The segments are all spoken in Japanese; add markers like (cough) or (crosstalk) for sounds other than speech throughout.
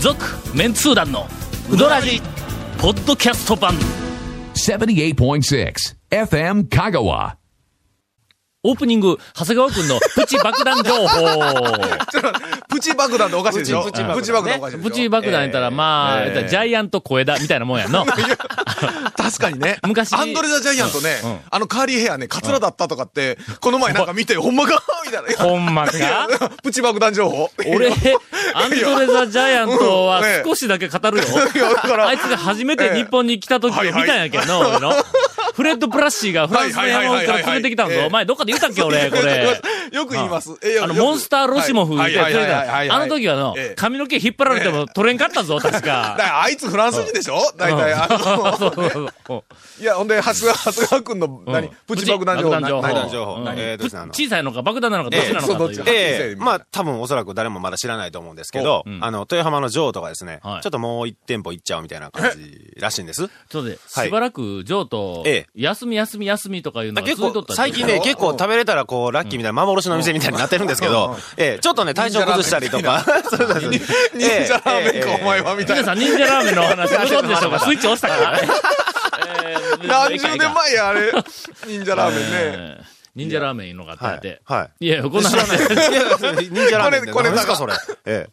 続メンツー団のウドラジポッドキャスト版78.6 FM Kagawa. オープニング長谷川君のプチ爆弾情 (laughs) 報プチ爆弾でおかしいでしょプチ爆弾おかしいでしょプチ爆弾やったら、まあ、言ったらジャイアント小枝みたいなもんやん (laughs) の。確かにね。昔アンドレ・ザ・ジャイアントね、あのカーリーヘアね、カツラだったとかって、この前なんか見て、ほんまかみたいな。 (laughs) ほんまか (laughs) プチ爆弾情報 (laughs) 俺、アンドレ・ザ・ジャイアントはうんね少しだけ語るよ。いやだからあいつが初めて日本に来た時を見たんやけどな、 (laughs) 俺の。フレッド・プラッシーがフランスの山奥から連れてきたんはいぞ。はいはいはいええお前どっかで言ったっけ、俺、これ。。よく言います。えあの、モンスター・ロシモフで連れてきたあの時はのええ、髪の毛引っ張られても取れんかったぞ、確だか (laughs) か。らあいつフランス人でしょ大体。あの (laughs) そうそうそうそう。いや、ほんで、長谷川長谷川君の、何プチ爆弾情報。爆何弾情情報報うんえーどうしたの小さいのか爆弾なのかどっちなのかというええそうどっちええまあ多分おそらく誰もまだ知らないと思うんですけど、あの、豊浜のジョーとかですね、はいちょっともう一店舗行っちゃおうみたいな感じらしいんです。ちょっとで、はいしばらく、ジョーとええ、休み休み休みとかいうのだがから続い結とった構、ん最近ね、結構食べれたらこう、ラッキーみたいな幻の店みたいになってるんですけど、ええちょっとね、体調崩したりとか、そうそうそう。忍者ラーメンか、お前は。は、みた皆いさな。ん、忍者ラーメンのお話、ご存知でしょうかスイッチ押したからね。えー何十年前や、あれ。忍者ラーメンね。えー忍者ラーメンいうのがあってあっはてい。。はいいや、こんな話、いや忍者ラーメンってこれこれ何ですか、それ。え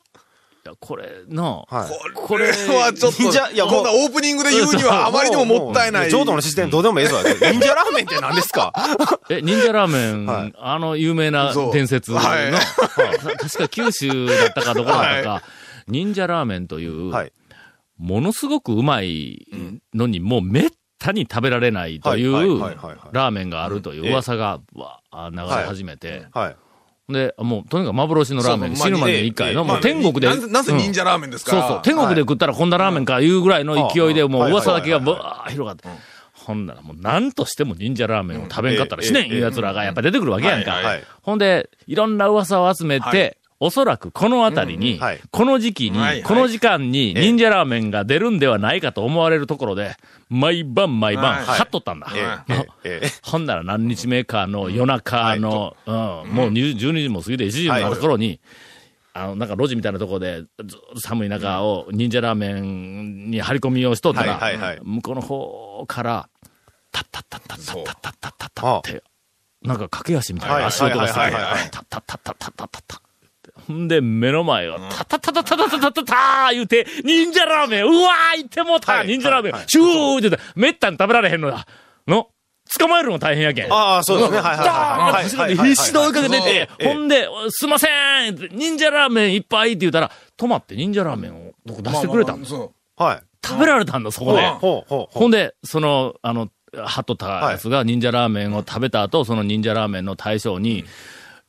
これのえ、はい。これはちょっと、忍者いやもこうんなオープニングで言うにはあまりにももったいない。もうもうもう浄土の視点どうでもええぞ。忍者ラーメンって何ですかえ、忍者ラーメン、はいあの有名な伝説の、はいはい (laughs) 確か九州だったかどこだったか、は忍者ラーメンという、はい。ものすごくうまいのに、もうめったに食べられないといはいはいうはいはいはいラーメンがあるという噂がわあ流れ始めて、はい。で、もうとにかく幻のラーメン、そう死ぬまでに一回の、もう天国で。なぜなぜうん忍者ラーメンですかそうそう。天国で食ったらこんなラーメンかいうぐらいの勢いで、うんもう噂だけがはいはいわー広がって。ほんならもう何としても忍者ラーメンを食べんかったらうん死ねんええいう奴らがやっぱ出てくるわけやんはかいはい。ほんで、いろんな噂を集めはて、おそらくこの辺りにうんはい、この時期はに、いこの時間に忍者ラーメンが出るんではないかと思われるところで、毎晩毎晩、はいはっとったんだ。ええええほんなら何日目かの夜中の、うん、もう20 12時も過ぎて1時になる頃に、あの、なんか路地みたいなところで、ずっと寒い中を忍者ラーメンに張り込みをしとったら、はいはいはい向こうの方から、タッタッタッタッタッタッタッタッタッタあッあって、なんか駆け足みたいな足音がすはるいはいはいはいはい。タッタッタッタッタッタッタッタッほんで、目の前を、タタタタタタタタタター言うて、忍者ラーメン、うわー言ってもうた、はい忍者ラーメンはいは、いシューって言って、めったに食べられへんのだ。の、捕まえるの大変やけん。ああ、そうですね。はいはいダはーンい。後ろに必死で追いかけてて、ええほんで、すいません忍者ラーメンいっぱいって言ったら、止まって忍者ラーメンをどこ出してくれたまあのまあそうはい。食べられたんだ、そこで。ほうほうほほんで、その、あの、ハトタやつが忍者ラーメンを食べた後、その忍者ラーメンの大将に、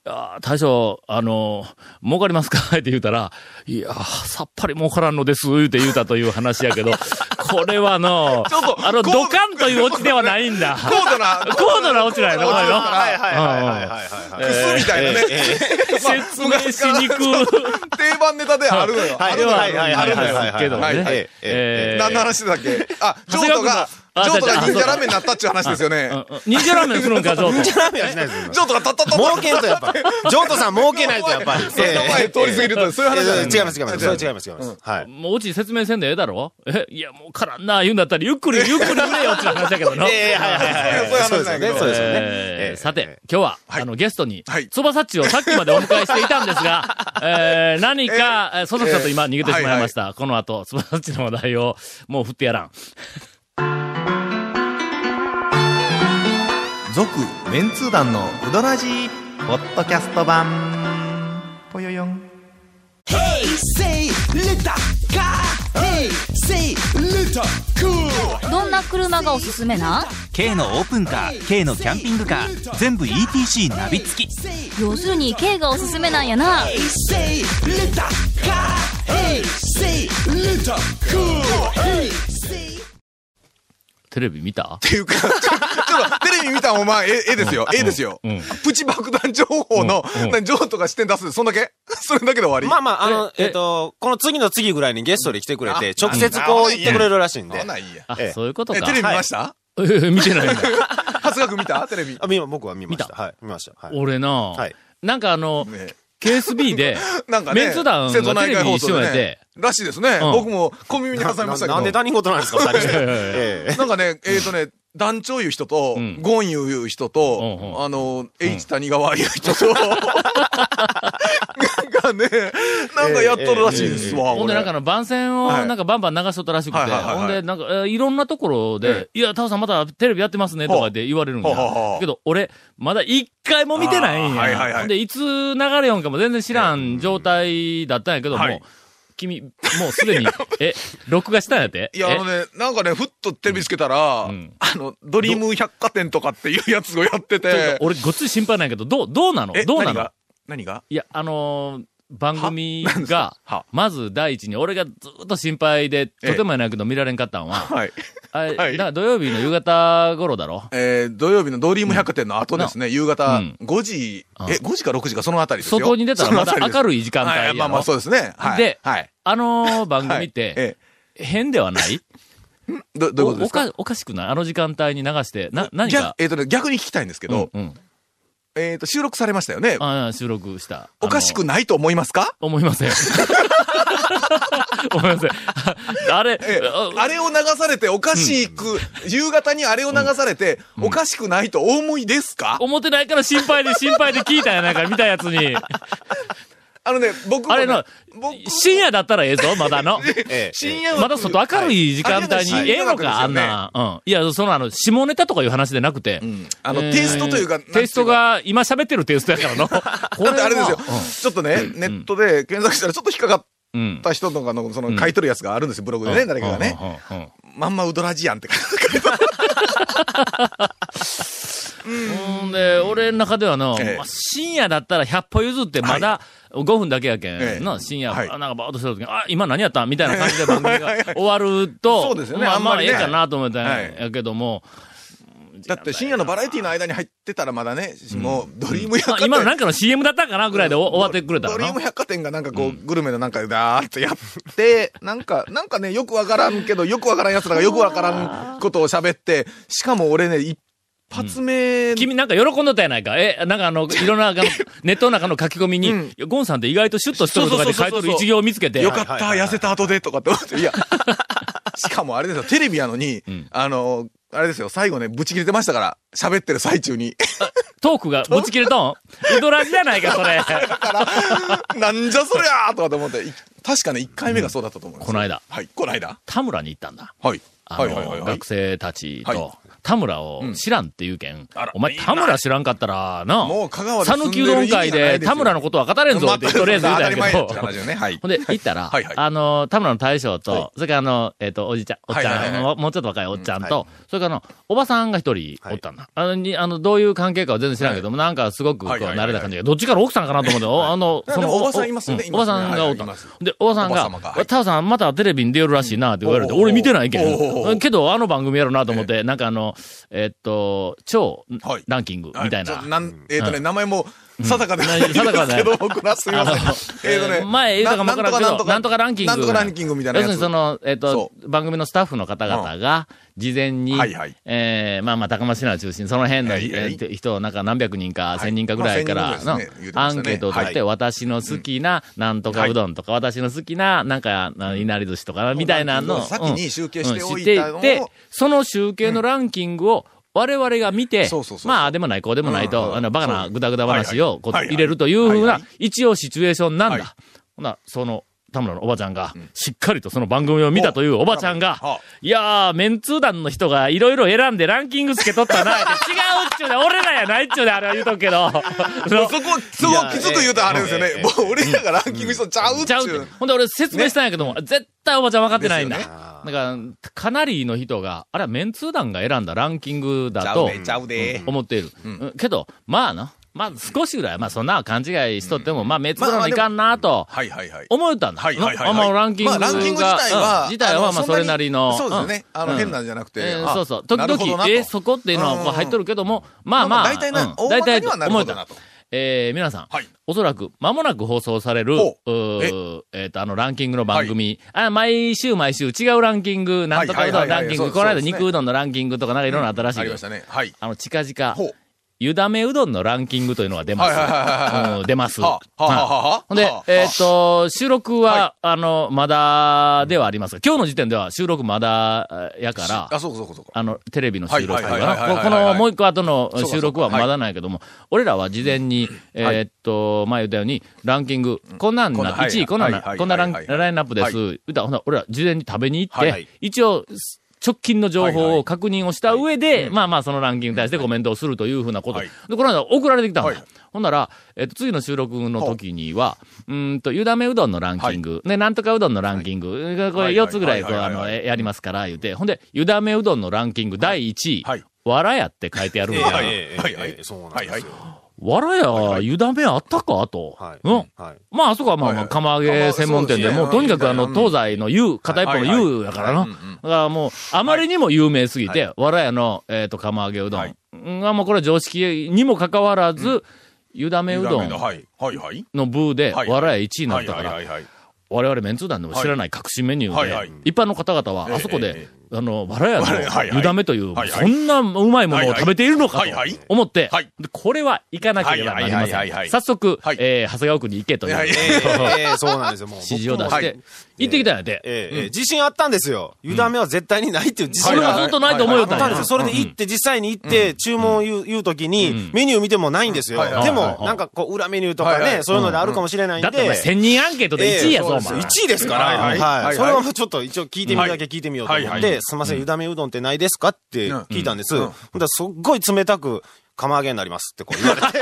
あー大将、あの、儲かりますかって言うたら、いやー、さっぱり儲からんのです、言うて言うたという話やけど、これはの、ちょっとあの、こうドカンというオチではないんだ。高度な、高度なオチなんやな、これう。の。はいはいはいはいはいはい。クスみたいなね、説明しにく定番ネタであるのよ。はいあるのよはいはいはいはいはあるいのよけどはいねはいええー何の話だっけあ、ジョートが、長ジョ谷ート川君があじゃあじゃあが忍者ラーメンになったっちゅう話ですよね。い。忍者ラーメンするんか、ジョーと。ラーメンはしないですよ。ジョートがたったった儲けんとやっぱ。譲渡さん儲けないとやっぱり。それの前通り過ぎると、そういう話じゃない違います違います。それ違います違います。はい。もうオチ説明せんでええだろえ、いや、もうからんな、言うんだったら、ゆっくり、ゆっくりねえよって話だけどな。ええはいはいはい。そうですよね。そうですよね。ええーさて、今日は、あの、ゲストにはい、つばさっちをさっきまでお迎えしていたんですが、えー何か、えーその人と今逃げてしまいました。この後、つばさっちの話題を、もう振ってやらん。続メンツー団のウドラジーポッドキャスト版ぽよよん Say little car. Hey, say little cool. どんな車がおすすめなん K のオープンカー K のキャンピングカー全部 ETC ナビ付き Say, 要するに K がおすすめなんやな say little car. Hey, say little cool. Hey, say. テレビ見たっていうか、ちょちょっとテレビ見たお前、え、えですよ、えですようん。プチ爆弾情報のうんうん、何ジョートが視点出すそんだけ (laughs) それだけで終わりまあまあ、あの、ええっと、この次の次ぐらいにゲストで来てくれて、直接こう言ってくれるらしいんでほ。ないいや。あええ、そういうことえ、かテレ。ビ見ましたえー見てないんだ。長谷川君見たテレビあ、。見ま僕は見ました。はい、見ました。はい。俺な、はいなんかあの、ね KSB で、なんかね。メンツ団瀬戸がテレ内海ビ放一送緒でやってね、。らしいですね。うん僕も小耳に挟みましたけど。なんで他人事なんですか、二人していやいやいやええなんかね、えっ、とね、団長いう人と、んゴンいう人と、うんうんあの、H 谷川いう人と、 (laughs) なんかね、なんかやっとるらしいですわ、ほんで、なんかあの番宣を、はいなんかバンバン流しとったらしくて、はいはいはいはいほんで、なんか、えーいろんなところで、いや、タオさんまたテレビやってますね、とかで言われるんやほうほうほ。うけど、俺、まだ一回も見てないんや。あーはいはいはいほんで、いつ流れよんかも全然知らん状態だったんやけども、はい君、もうす (laughs) でに、え、録画したんやっていや、あのね、なんかね、ふっとテレビつけたら、うんあの、ドリーム百貨店とかっていうやつをやってえちょっとて、俺、ごっつい心配なんやけど、どう、どうなのどうなの何が何がいや、あのー番組がは、まず第一に、俺がずっと心配で、ええとてもやないけど見られんかったんは、はい。あれ、はいなんか土曜日の夕方頃だろえー土曜日のドリーム百貨店の後ですね、夕方うん5時、うんえ、5時か6時かそのあたりですよ。外に出たらまだ明いるい時間帯やろまあまあそうですね。はい。ではい。あのー番組っはいて、え変ではないえどどういうことですかおおかおかしくないあの時間帯に流して、な、何逆か、えっ、とね、逆に聞きたいんですけど、うん、うん。えっ、と、収録されましたよね。ああ収録した。おかしあくないと思いますかの思いま (laughs) せん。思いません。あれ、ええあれを流されておかしく、夕方にあれを流されて、おかしくないとお思いですか、思ってないから心配で心配で聞いたんやないか、見たやつに。あのね、僕も、ね、あれの僕、深夜だったらええぞ、まだ (laughs) の。ええ深夜枠まだ外明るい時間帯はにいええのか、あんな。うん。いや、そのあの、下ネタとかいう話じゃなくて。うんあの、えーテイストというか、なんていうかテイスト、が、今喋ってるテイストやからの。こだってあれですは、よちょっとね、ネットで検索したらちょっと引っかかっうん。た人とかの、そうんの、書いとるやつがあるんですよ、ブログでね、誰かがね。うん。うんうんまんまウドラジアンって書いてほんで、俺の中ではの、ええまあ深夜だったら100歩譲ってまだ5分だけやけん、ええな深夜、はいあなんかバーッとしてる時に、あ、今何やったんみたいな感じで番組が終わると、そうですよねまああんまりねまあええかなと思ったんやけども、 (laughs) だって深夜のバラエティの間に入ってたらまだね、もうドリーム百貨あ店。今のなんかの CM だったかなぐらいでお終わってくれたドらリーなム。百貨店がなんかこう、グルメのなんかでダーッとやって、 (laughs) なんか、なんかね、よくわからんけど、よくわからん奴らがよくわからんことを喋って、しかも俺ね、一発目、 (laughs) 君なんか喜んどったやないか。え、なんかあの、 (laughs) いろんな、あのネットの中の書き込みに、うんいやゴンさんって意外とシュッとしてるとかで書いてる一行を見つけて、よかっはいた、はいはい痩せた後でとかって (laughs) 思って、いや、しかもあれですよ、テレビやのに、んあの、あれですよ、最後ね、ブチ切れてましたから、喋ってる最中に。 (laughs) トークがぶち切れとんウドラジやないか、そ (laughs) れ。なんじゃそりゃーとかと思って、い確かね、1回目がそうだったと思います。この間はい、この間。田村に行ったんだ。はい。あの、はいはいはいはい学生たちと、はい田村を知らんっていうけん、あらお前いいな田村知らんかったら、な、もう香川でさ住ぬんきでうるど意ん味がな会いですよで田村のことは語れんぞって、とりあえず言うたんやけど当たり前やって、話よね。はい。ほんで、行ったら、はいはいあの、田村の大将と、はいそれからあの、えっ、と、おじちゃん、おっちゃん、はいはいはいもうもうちょっと若いおっちゃんと、うんはそれからあの、おばさんが一人おったんだ。あの、に、あの、どういう関係かは全然知らんけども、なんかすごくこう、はいはいはい慣れた感じが、どっちから奥さんかなと思って、おあの、でもおばさんいますよねういおばますねさんがおったはんいはいいまだす。で、おばさんおば様ががは、いタオさんまたテレビに出よるらしいなって言われて、うんおー俺見てないけおん。ーけど、あの番組やろうなと思って、なんかあの、えっと、超はいランキングみたいなはちょ。なんえっ、とね、名前も定かでないんです定かじゃなけいど、僕 (laughs) らすみませんあの。えっとね、前言うたかもわからんけど、なんとかランキング。なんとかランキングみたいなや要つ。するにその、えっ、とそ、番組のスタッフの方々が、事前に、はいはいえーまあまあ、高松市内を中心、その辺の、えいえいえー人をなんか何百人か、い千人かぐらいからの、まあ千人ぐらいですね言うてまアしたねンケートを取って、私の好きな、なんとかうどんとか、私の好きな、なんか、ないなり寿司とか、みたいなのを、ランキングを先に集計しておういんたのを知っていてその集計のランキングを、我々が見てそうそうそう、そうまあ、ああでもない、こうでもないうんうと、んあの、バカなぐだぐだ話をこうはいはい入れるというふうはいは、ない一応シチュエーションなんはいだ。ほな、その、田村のおばちゃんが、しっかりとその番組を見たというおばちゃんはがあ、いやー、メンツー団の人がいろいろ選んでランキングつけとった (laughs) な、って違うっちゅうね、俺らやないっちゅうね、あれは言うとくけど。そこ、そこきつく言うとあれですよいやね。もう俺らがランキングしとちゃうっちちゅゃうってう。。ほんで俺説明したんやけども、絶対おばちゃん分かってないんだ。ですだから、かなりの人が、あれはメンツー団が選んだランキングだと、ちゃうで。思っている。うんけど、まあな、まあ少しぐらい、まあそんな勘違いしとっても、まあ滅亡のいかんなと。はいはいはい。思ったんだ。はいはいはいはいあまあランキングが。まあランキング自体はうん自体はあのまあそれなりの。そんなにそうですねんあの変なんじゃなくてえーあそうそう。時なるほど々、なとえー、そこっていうのはこう入っとるけども、まあまあ。まあ大体なうん大まかにはなるほど大なと体思えたえー皆さん、はいおそらく、間もなく放送される、うほうーえっ、と、あの、ランキングの番組、あ、毎週毎週違うランキング、なんとかうどはんいラはいはいはいンキンそグ、うこのそ間うですね肉うどんのランキングとかなんかいろんな新しいあけりどましたね。はい。あの、近々ほう、ゆだめうどんのランキングというのが出まはいはいはいはいす。うん出ます。はあはあはあはあほんではあ、えーっと、収録は、あの、まだではありますが、今日の時点では収録まだやから、あ、そうかそうかそうか。あの、テレビの収録とはいはいはいはいはいはいか、このもう一個後の収録はまだないけども、俺らは事前に、えーっと、前言ったように、ランキング、こんなんこんなな、はい1位こんなんはいはいはいな、こんなランはいラインナップです。はい言うたらほな、俺ら事前に食べに行っはいはてい、一応、直近の情はいは報いを確認をした上で、まあまあそのランキングに対してコメントをするというふうなこと。はでい、この間送られてきたのはいよ。ほんなら、えっと、次の収録の時には、うーんと、ゆだめうどんのランキング、ね、なんとかうどんのランキング、これ4つぐらい、こう、はいはあいはいはいの、えやりますから、言うて、ほんで、ゆだめうどんのランキング第1位、はいわらやって書いてあるんだよ。ええはいはいええそうなんはいではいすよ。わらや、ゆだめあったかと。はい。うん。はい。まあ、あそこはまあまはあ、い釜揚げ専門店で、あまあもうとにかくあの、そうですね東西の U、片一方はいの U やからな。はいだはいうんうんからもう、あまりにも有名すぎて、わらやの、えっと、釜揚げうどはいんが、もうこれは常識にもかかわらず、ゆだめうどんはい。はいはい。の部で、はいわらや1位になはっいたかはいらは、いはい。我々メンツー団でも知らない隠しメニュはいはーいで、一般の方々ええはあそこえで、あの、わらやわらやはいはいのゆだめというはい、はいそんなうまいものを食べているのかはといはい思ってはい、でこれは行かなければなりまはいはいはいはいせはん。い早速はい、えー長谷川区に行けといはいうええええそうなんですよ。もう。指示を出し僕もてはい、行ってきたんやて。ええええ自信あったんですよ。ゆだめは絶対にないっていう自そ信れがはずっとないと思うよあったんですよ。それで行って、実際に行って、注文を言う言うときに、メニュー見てもないんですよはいは。いではいはいも、なんかこう、裏メニューとはかいはいね、そういうのであるかもしれないんだで。ってお前、千人アンケートで1位やぞ、おええそう前で。す1位ですから、ははいいはいそれはちょっと一応聞いてみるだけ聞いてみようと思って、はいはいはすみません、ゆだめうどんってないですかって聞いたんです。うんほうんんだらすっごい冷たく、釜揚げになりますってこう言われ (laughs) て。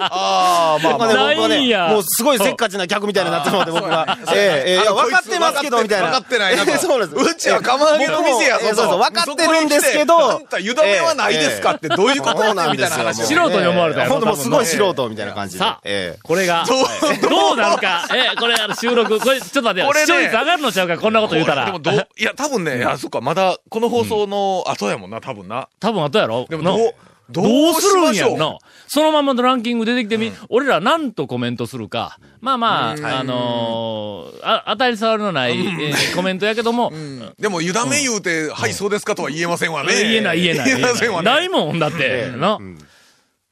ああ、まあまあ。僕はないんね、やもうすごいせっかちな客みたいになってもらって、僕が。ええ、ええ、いや分かってますけど、みたいな。分かってないなとそうなんです。うちは釜揚げの店やぞええそうそう、分かってるんですそこへ来けどてあん。た、ゆだめはないですかって、どういうことそうなんみたでいなすよ。話。素人に思われたよ本当もうすごい素人みたいな感じで。さあええ、これが、どうなるか、ええ、これ、あの収録、これ、ちょっと待ってよこ、れね視聴率上がるのちゃうか、こんなこと言うたでらも。どう、いや、多分ね、あ、そっか、まだ、この放送の後やもんな、多分な。多分後やろでも、などう、どうするんしやましろょうな。そのままのランキング出てきてみ、俺らなんとコメントするか。まあまあ、あのーあ、当たり障りのない、えーコメントやけども、でも、ゆだめ言うて、はい、そうですかとは言えませんわね。言えない言えない。言えませんわね。ないもん、だって。な。どう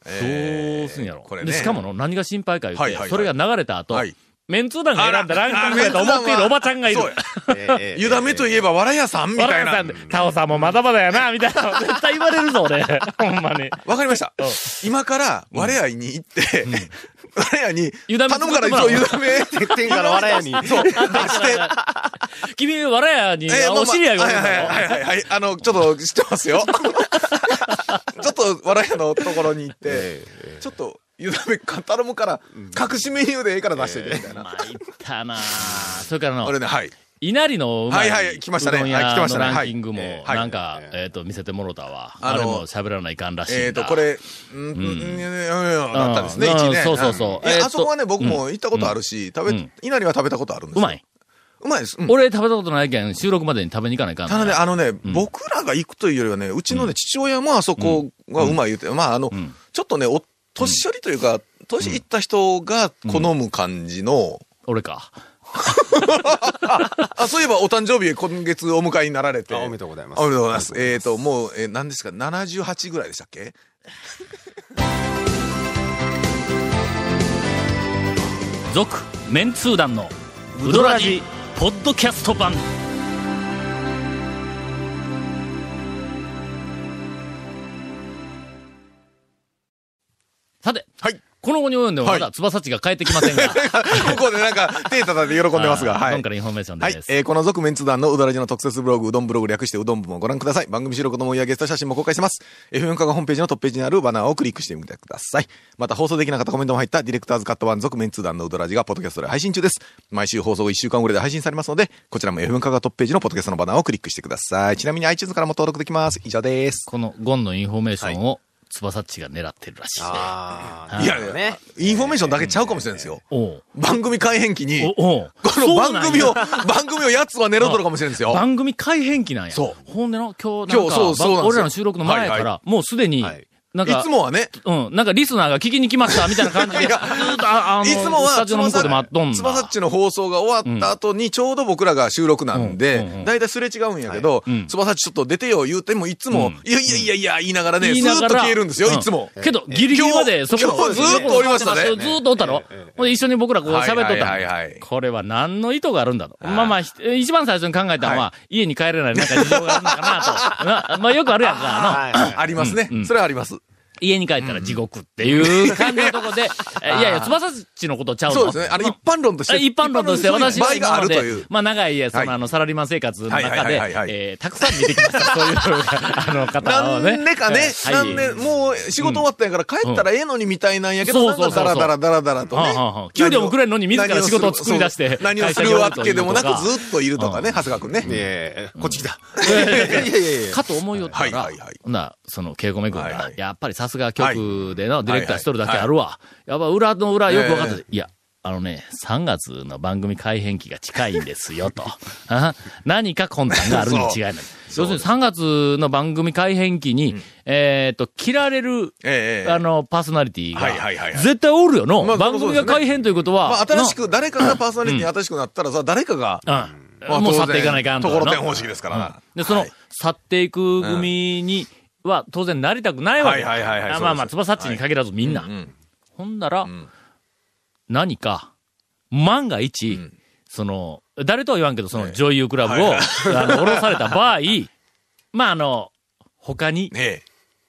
えすんやろ。これでねしかもの、何が心配か言って、はいはいはいそれが流れた後、はいメンツー団が選んだランキングだと思っているおばちゃんがいる。そうやええええゆだめといえば、わらやさんみわたいらな。さんで、タオさんもまだまだやな、みたい (laughs) な。絶対言われるぞ、俺。ほんまに。わかりました。今から、我屋に行って、 (laughs) 我屋に、湯だめ頼むから、作そう、ってゆもらだめ、てっぺんから笑やに。そう、出して、君、わらやに、えーまあまあお知り合いがおはるいんはだいろはいはいはい。あの、ちょっと知ってますよ。ちょっと、笑いのところに行って、ちょっと、ゆだめ頼むから、隠しメニューでええから出してて、みたいな。参ったなぁそれからの俺、ね、はい。稲荷のうまい、はいはい来ましたねうどん屋はい来てましたねのランキングもはいえ、ーはいなんか、えっと、見せてもろたわ。ああのれも喋らないかんらしいんだ。えっと、これ、うん、うん、うん、うん、だったんですね、うん一位ね。そうそうそうんいやえーとあそこはね、僕も行ったことあるし、食うべん、稲荷は食べたことあるんですうよまい。。うまいです。うん俺食べたことないけん、収録までに食べに行かないかんただね、な。あのね、僕らが行くというよりはね、うちのね、父親もあそこがうまい言うて、まあ、あのん、ちょっとね、お、年寄りというか、年いった人が好む感じの、俺か。あ、そういえばお誕生日今月お迎えになられて。あおめでとうございますおめでとうございます。えっ、と、もう、えー何ですか、78ぐらいでしたっけ (laughs) 続、メンツー団の、ウドラジ、ポッドキャスト版。さて、はい。この後に及んでもまはだ翼っちが帰ってきません (laughs) が。ここでなんか、手叩いて喜んでますあが、ーうはどんいか。らインフォメーションはでいす。。えーこの続メンツ団のうどらじの特設ブログ、うどんブログ略してうどん部もご覧ください。番組収録の模様やゲスト写真も公開してます。FM カがホームページのトップページにあるバナーをクリックしてみてください。また放送できなかったコメントも入ったディレクターズカット版続メンツ団のうどらじがポッドキャストで配信中です。毎週放送1週間ぐらいで配信されますので、こちらも FM カがトップページのポッドキャストのバナーをクリックしてください。ちなみに iTunes からも登録できます。以上です。このゴンのインフォメーションを、翼っちが狙ってるらしいね。あ (laughs) あ、いなるほどね。インフォメーションだけちゃうかもしれないですよ。おう番組改編期に、おおこの番組を、番組をやつは狙っとるかもしれないですよ。番組改編期なんや。そうほんでの、今日なんか、今日そうそうなんですよ番俺らの収録の前から、はいもうすでに、はいなんか、いつもはね、うん、なんかリスナーが聞きに来ましたみたいな感じで、ずーっと、ああの、いつもは、スタジオの向こうで待っとんつばさだっ。ちの放送が終わった後に、ちょうど僕らが収録なんで、うんうんうんだいたいすれ違うんやけどいうん、つばさっちちょっと出てよ言うても、いつも、うんいやいやいやいや言いながらね、言いずーなっがとら消えるんですよ、いつも。うんけど、ギリギリまで、そ今日この今日ずーっとおりましたねずーっとおったろ。ほんで一緒に僕らこう喋っとったはいはいはいはいの。これは何の意図があるんだと。まあまあ、ひ一番最初に考えたのは、家に帰れないなんか事情があるの (laughs) かなとな。まあよくあるやんか、あの。はい。ありますね、うんうんそれはあります。家に帰ったら地獄っていう感じのとこで、えいやいや、翼っちのことちゃうのそうですね。あれ、一般論として。一般論として私場は合今があまるとでいう、。まあ長い、そはいのあの、サラリーマン生活のはい中はいではいはいはい、えーたくさん見てきました、そういう、 (laughs) あの方をね。何年かね、はい何年、もう仕事終わったんやから帰ったらええのにみたいなんやけど、うんなんかダラダラダラダラとねはあはあはあ。給料もくれんのに自ら仕事を作り出して何をす会る社にわおるというけでもなとかくずっといるとかね、長谷川くんね。ええ、こっち来 (laughs) た。かと思いよったはらいはいはい、ほな、その、稽古めくんはいはがい、やっぱりさすが局でのディレクター一人だはけいはいあるわ。やっぱ裏の裏よく分かっえた。いや、あのね、3月の番組改編期が近いんですよ、と。 (laughs) あ何か困難があるに違いない。要するに3月の番組改編期に、えっと、切られる、ええあの、パーソナリティがはいはいはいはい、絶対おるよまあの。番そう組ですがね改編ということは。まあ、新しのく、誰かがパーソナリティに新しくなったらさ、誰かが、うんまあもう去当然っていかないかんところてんな方式ですからな。で、その、はい去っていく組には当然なりたくないわけ。はいはいはいはいあそうまあですまあ、つばさっちに限らずみんな。うんほんなら、ん何か、万が一、その、誰とは言わんけど、その女優クラブを、はいあの、降ろされた場合、まああの、他にね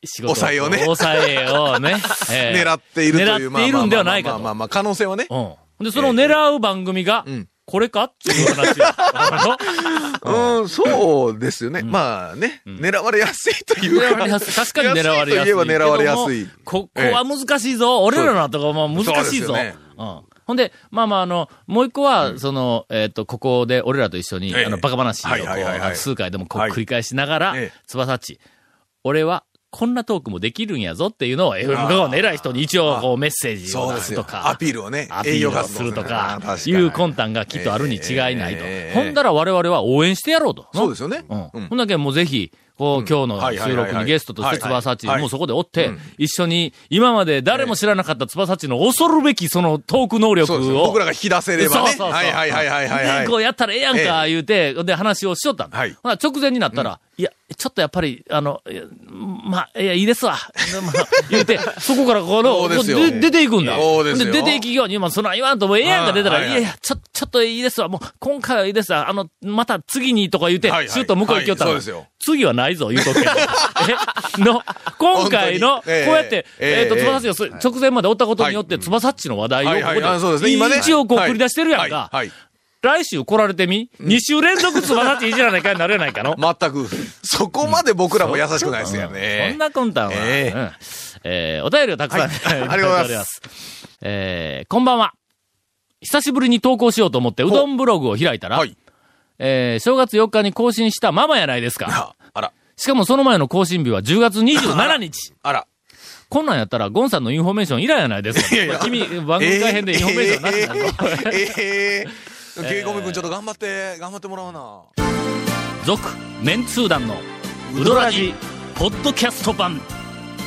仕事抑えをね抑えをね。えええ狙っているという、狙っているんではないかまあまあまあまあまあまあと。まあ、可能性はね。うん。で、その狙う番組がうん、これかっていう話よ。あのうん、そうですよね。まあね、狙われやすいという狙か。われやすい。確かに狙われやすい。安といえば狙われやすけいども。ここは難しいぞ。俺らのとこも難しいそぞ。うですうん。ほんで、まあまあ、あの、もう一個は、その、えっと、ここで俺らと一緒に、ええあの、バカ話をこ、はいはいはいはいう数回でもこうはい繰り返しながらええ、翼っち、俺は、こんなトークもできるんやぞっていうのを、FM 側の偉い人に一応、こう、メッセージそをうで出すすよと。か。アピールをね、アピ栄養ールを活す動るとあかー確、にいう魂胆がきっとあるに違いないとええ。ほんだら我々は応援してやろうと。そうですよね。うん。うんほんだけもうぜひ、こう、今日はいのはい収はい録はにいゲストとして、はいはい翼っち、はいもうそこでおってうん、一緒に、今まで誰も知らなかった翼っちの恐るべきそのトーク能力そうですよを、僕らが引き出せればそうね。そうそうはいはいはいはいはいでこはうい。やったらええやんか、言うて、で、話をしよったんだ。はいほな直前になったら、いや、ちょっとやっぱり、あの、いやまあ、いや、いいですわ。まあ言うて、 (laughs) そこからこの、そうですよこうで出ていくんだ。そうですよ出ていきように、まあ、そんなん言わんと、もうええやんか出たら、はいいはいやいや、ちょ、ちょっといいですわ。もう、今回はいいですわ。あの、また次にとか言うてはいは、いシュッと向こう行きよったら、はいそうですよ次はないぞ、言うとくけ (laughs) ど。えの、今回の、こ本う当にええやって、えええっと、ええ翼っちが直前までおったことによって、翼っちの話題をはいはいあそここうですねで、今ね一応こうはい繰り出してるやんか。はいはい。来週来られてみ、二 ?2 週連続つばさちいじらないかになるやないかの (laughs) 全く、そこまで僕らも優しくないですよね。そんなこんたんは。ええうんえーお便りをたく (laughs) さん、い、ありがとうございます。すえーこんばんは。久しぶりに投稿しようと思って、うどんブログを開いたら、はいえー正月4日に更新したママやないですか。ああら、しかもその前の更新日は10月27日。あら。こんなんやったら、ゴンさんのインフォメーション以来やないですか。いや君、番組改編でインフォメーションなしになるぞ。 (laughs) ええええええ。ケイコミ君ちょっと頑張って、頑張ってもらおうな。続メンツー団のウドラジポッドキャスト版